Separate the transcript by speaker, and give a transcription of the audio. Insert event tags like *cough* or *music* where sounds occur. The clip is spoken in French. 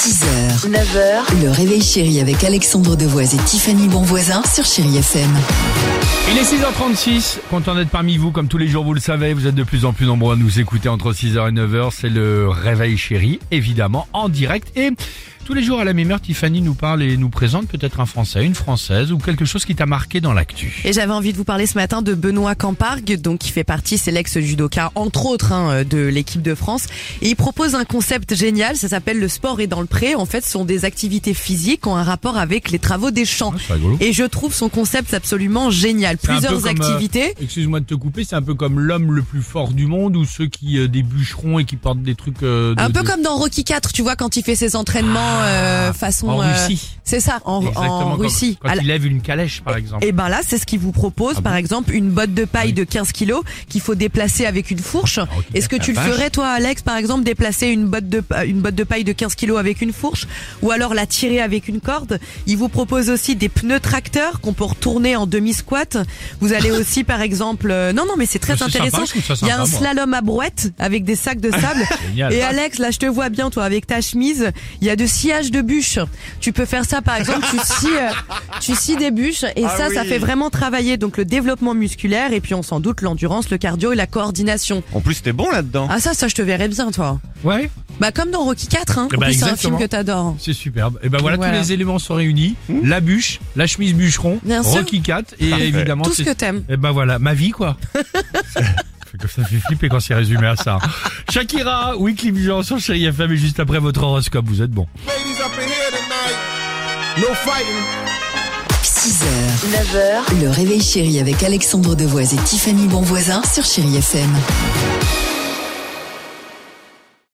Speaker 1: 6h, 9h, le réveil chéri avec Alexandre Devoise et Tiffany Bonvoisin sur Chérie FM.
Speaker 2: Il est 6h36, content d'être parmi vous, comme tous les jours vous le savez, vous êtes de plus en plus nombreux à nous écouter entre 6h et 9h, c'est le réveil chéri, évidemment, en direct. Et tous les jours à la même heure, Tiffany nous parle et nous présente peut-être un Français, une Française ou quelque chose qui t'a marqué dans l'actu.
Speaker 3: Et j'avais envie de vous parler ce matin de Benoît Campargue, donc qui fait partie, c'est l'ex-judoka, entre autres, hein, de l'équipe de France. Et il propose un concept génial, ça s'appelle le sport et dans le pré. En fait, ce sont des activités physiques qui ont un rapport avec les travaux des champs.
Speaker 2: Ah, c'est rigolo.
Speaker 3: Et je trouve son concept absolument génial.
Speaker 2: C'est un peu
Speaker 3: Plusieurs
Speaker 2: comme, euh,
Speaker 3: activités.
Speaker 2: Excuse-moi de te couper, c'est un peu comme l'homme le plus fort du monde ou ceux qui euh, des bûcherons et qui portent des trucs euh, de-
Speaker 3: Un peu
Speaker 2: de- Ah.
Speaker 3: comme dans Rocky 4, tu vois, quand il fait ses entraînements euh, façon.
Speaker 2: en
Speaker 3: euh,
Speaker 2: Russie.
Speaker 3: C'est ça, en, en
Speaker 2: Exactement comme-
Speaker 3: Russie.
Speaker 2: Quand
Speaker 3: À la-
Speaker 2: il lève une calèche par exemple.
Speaker 3: Et ben là, c'est ce qu'il vous propose,
Speaker 2: Ah
Speaker 3: par
Speaker 2: bon
Speaker 3: exemple, une botte de paille
Speaker 2: Oui. Ah,
Speaker 3: de 15 kilos qu'il faut déplacer avec une fourche.
Speaker 2: ok,
Speaker 3: Est-ce que
Speaker 2: la
Speaker 3: tu le
Speaker 2: vache.
Speaker 3: ferais, toi, Alex, par exemple, déplacer une botte de pa- une botte de paille de 15 kilos avec une fourche, ou alors la tirer avec une corde Il vous propose aussi des pneus tracteurs qu'on peut retourner en demi squat. Vous
Speaker 2: *laughs*
Speaker 3: allez aussi, par exemple, euh, non, non, mais c'est très
Speaker 2: C'est sympa,
Speaker 3: intéressant.
Speaker 2: je trouve ça
Speaker 3: Il y a
Speaker 2: sympa,
Speaker 3: un
Speaker 2: moi.
Speaker 3: slalom à brouette avec des sacs de sable.
Speaker 2: *laughs* Génial.
Speaker 3: Et Alex, là, je te vois bien, toi, avec ta chemise, il y a de sillage de bûches. Tu peux faire ça, par exemple, tu scies, euh, tu scies des bûches, et
Speaker 2: Ah
Speaker 3: ça, ça fait vraiment travailler donc le développement musculaire, et puis on s'en doute l'endurance, le cardio et la coordination.
Speaker 4: En plus, t'es bon là-dedans.
Speaker 3: Ah ça, ça, je te verrais bien, toi.
Speaker 2: Ouais,
Speaker 3: Bah comme dans Rocky 4, hein.
Speaker 2: Eh
Speaker 3: En
Speaker 2: ben,
Speaker 3: plus, c'est un
Speaker 2: exactement.
Speaker 3: film que t'adores.
Speaker 2: c'est superbe. Et ben voilà,
Speaker 3: Voilà.
Speaker 2: tous les éléments sont réunis. La bûche, la chemise bûcheron,
Speaker 3: Bien sûr.
Speaker 2: Rocky Cat et évidemment
Speaker 3: Tout ce
Speaker 2: c'est-
Speaker 3: que t'aimes.
Speaker 2: Eh ben voilà, ma vie
Speaker 3: *laughs*
Speaker 2: quoi. C'est comme ça fait flipper quand c'est résumé à ça. Shakira, Weekly Vision sur Chéri FM et juste après votre horoscope, vous êtes bon.
Speaker 1: 6h, 9h, le réveil chéri avec Alexandre Devoise et Tiffany Bonvoisin sur Chérie FM.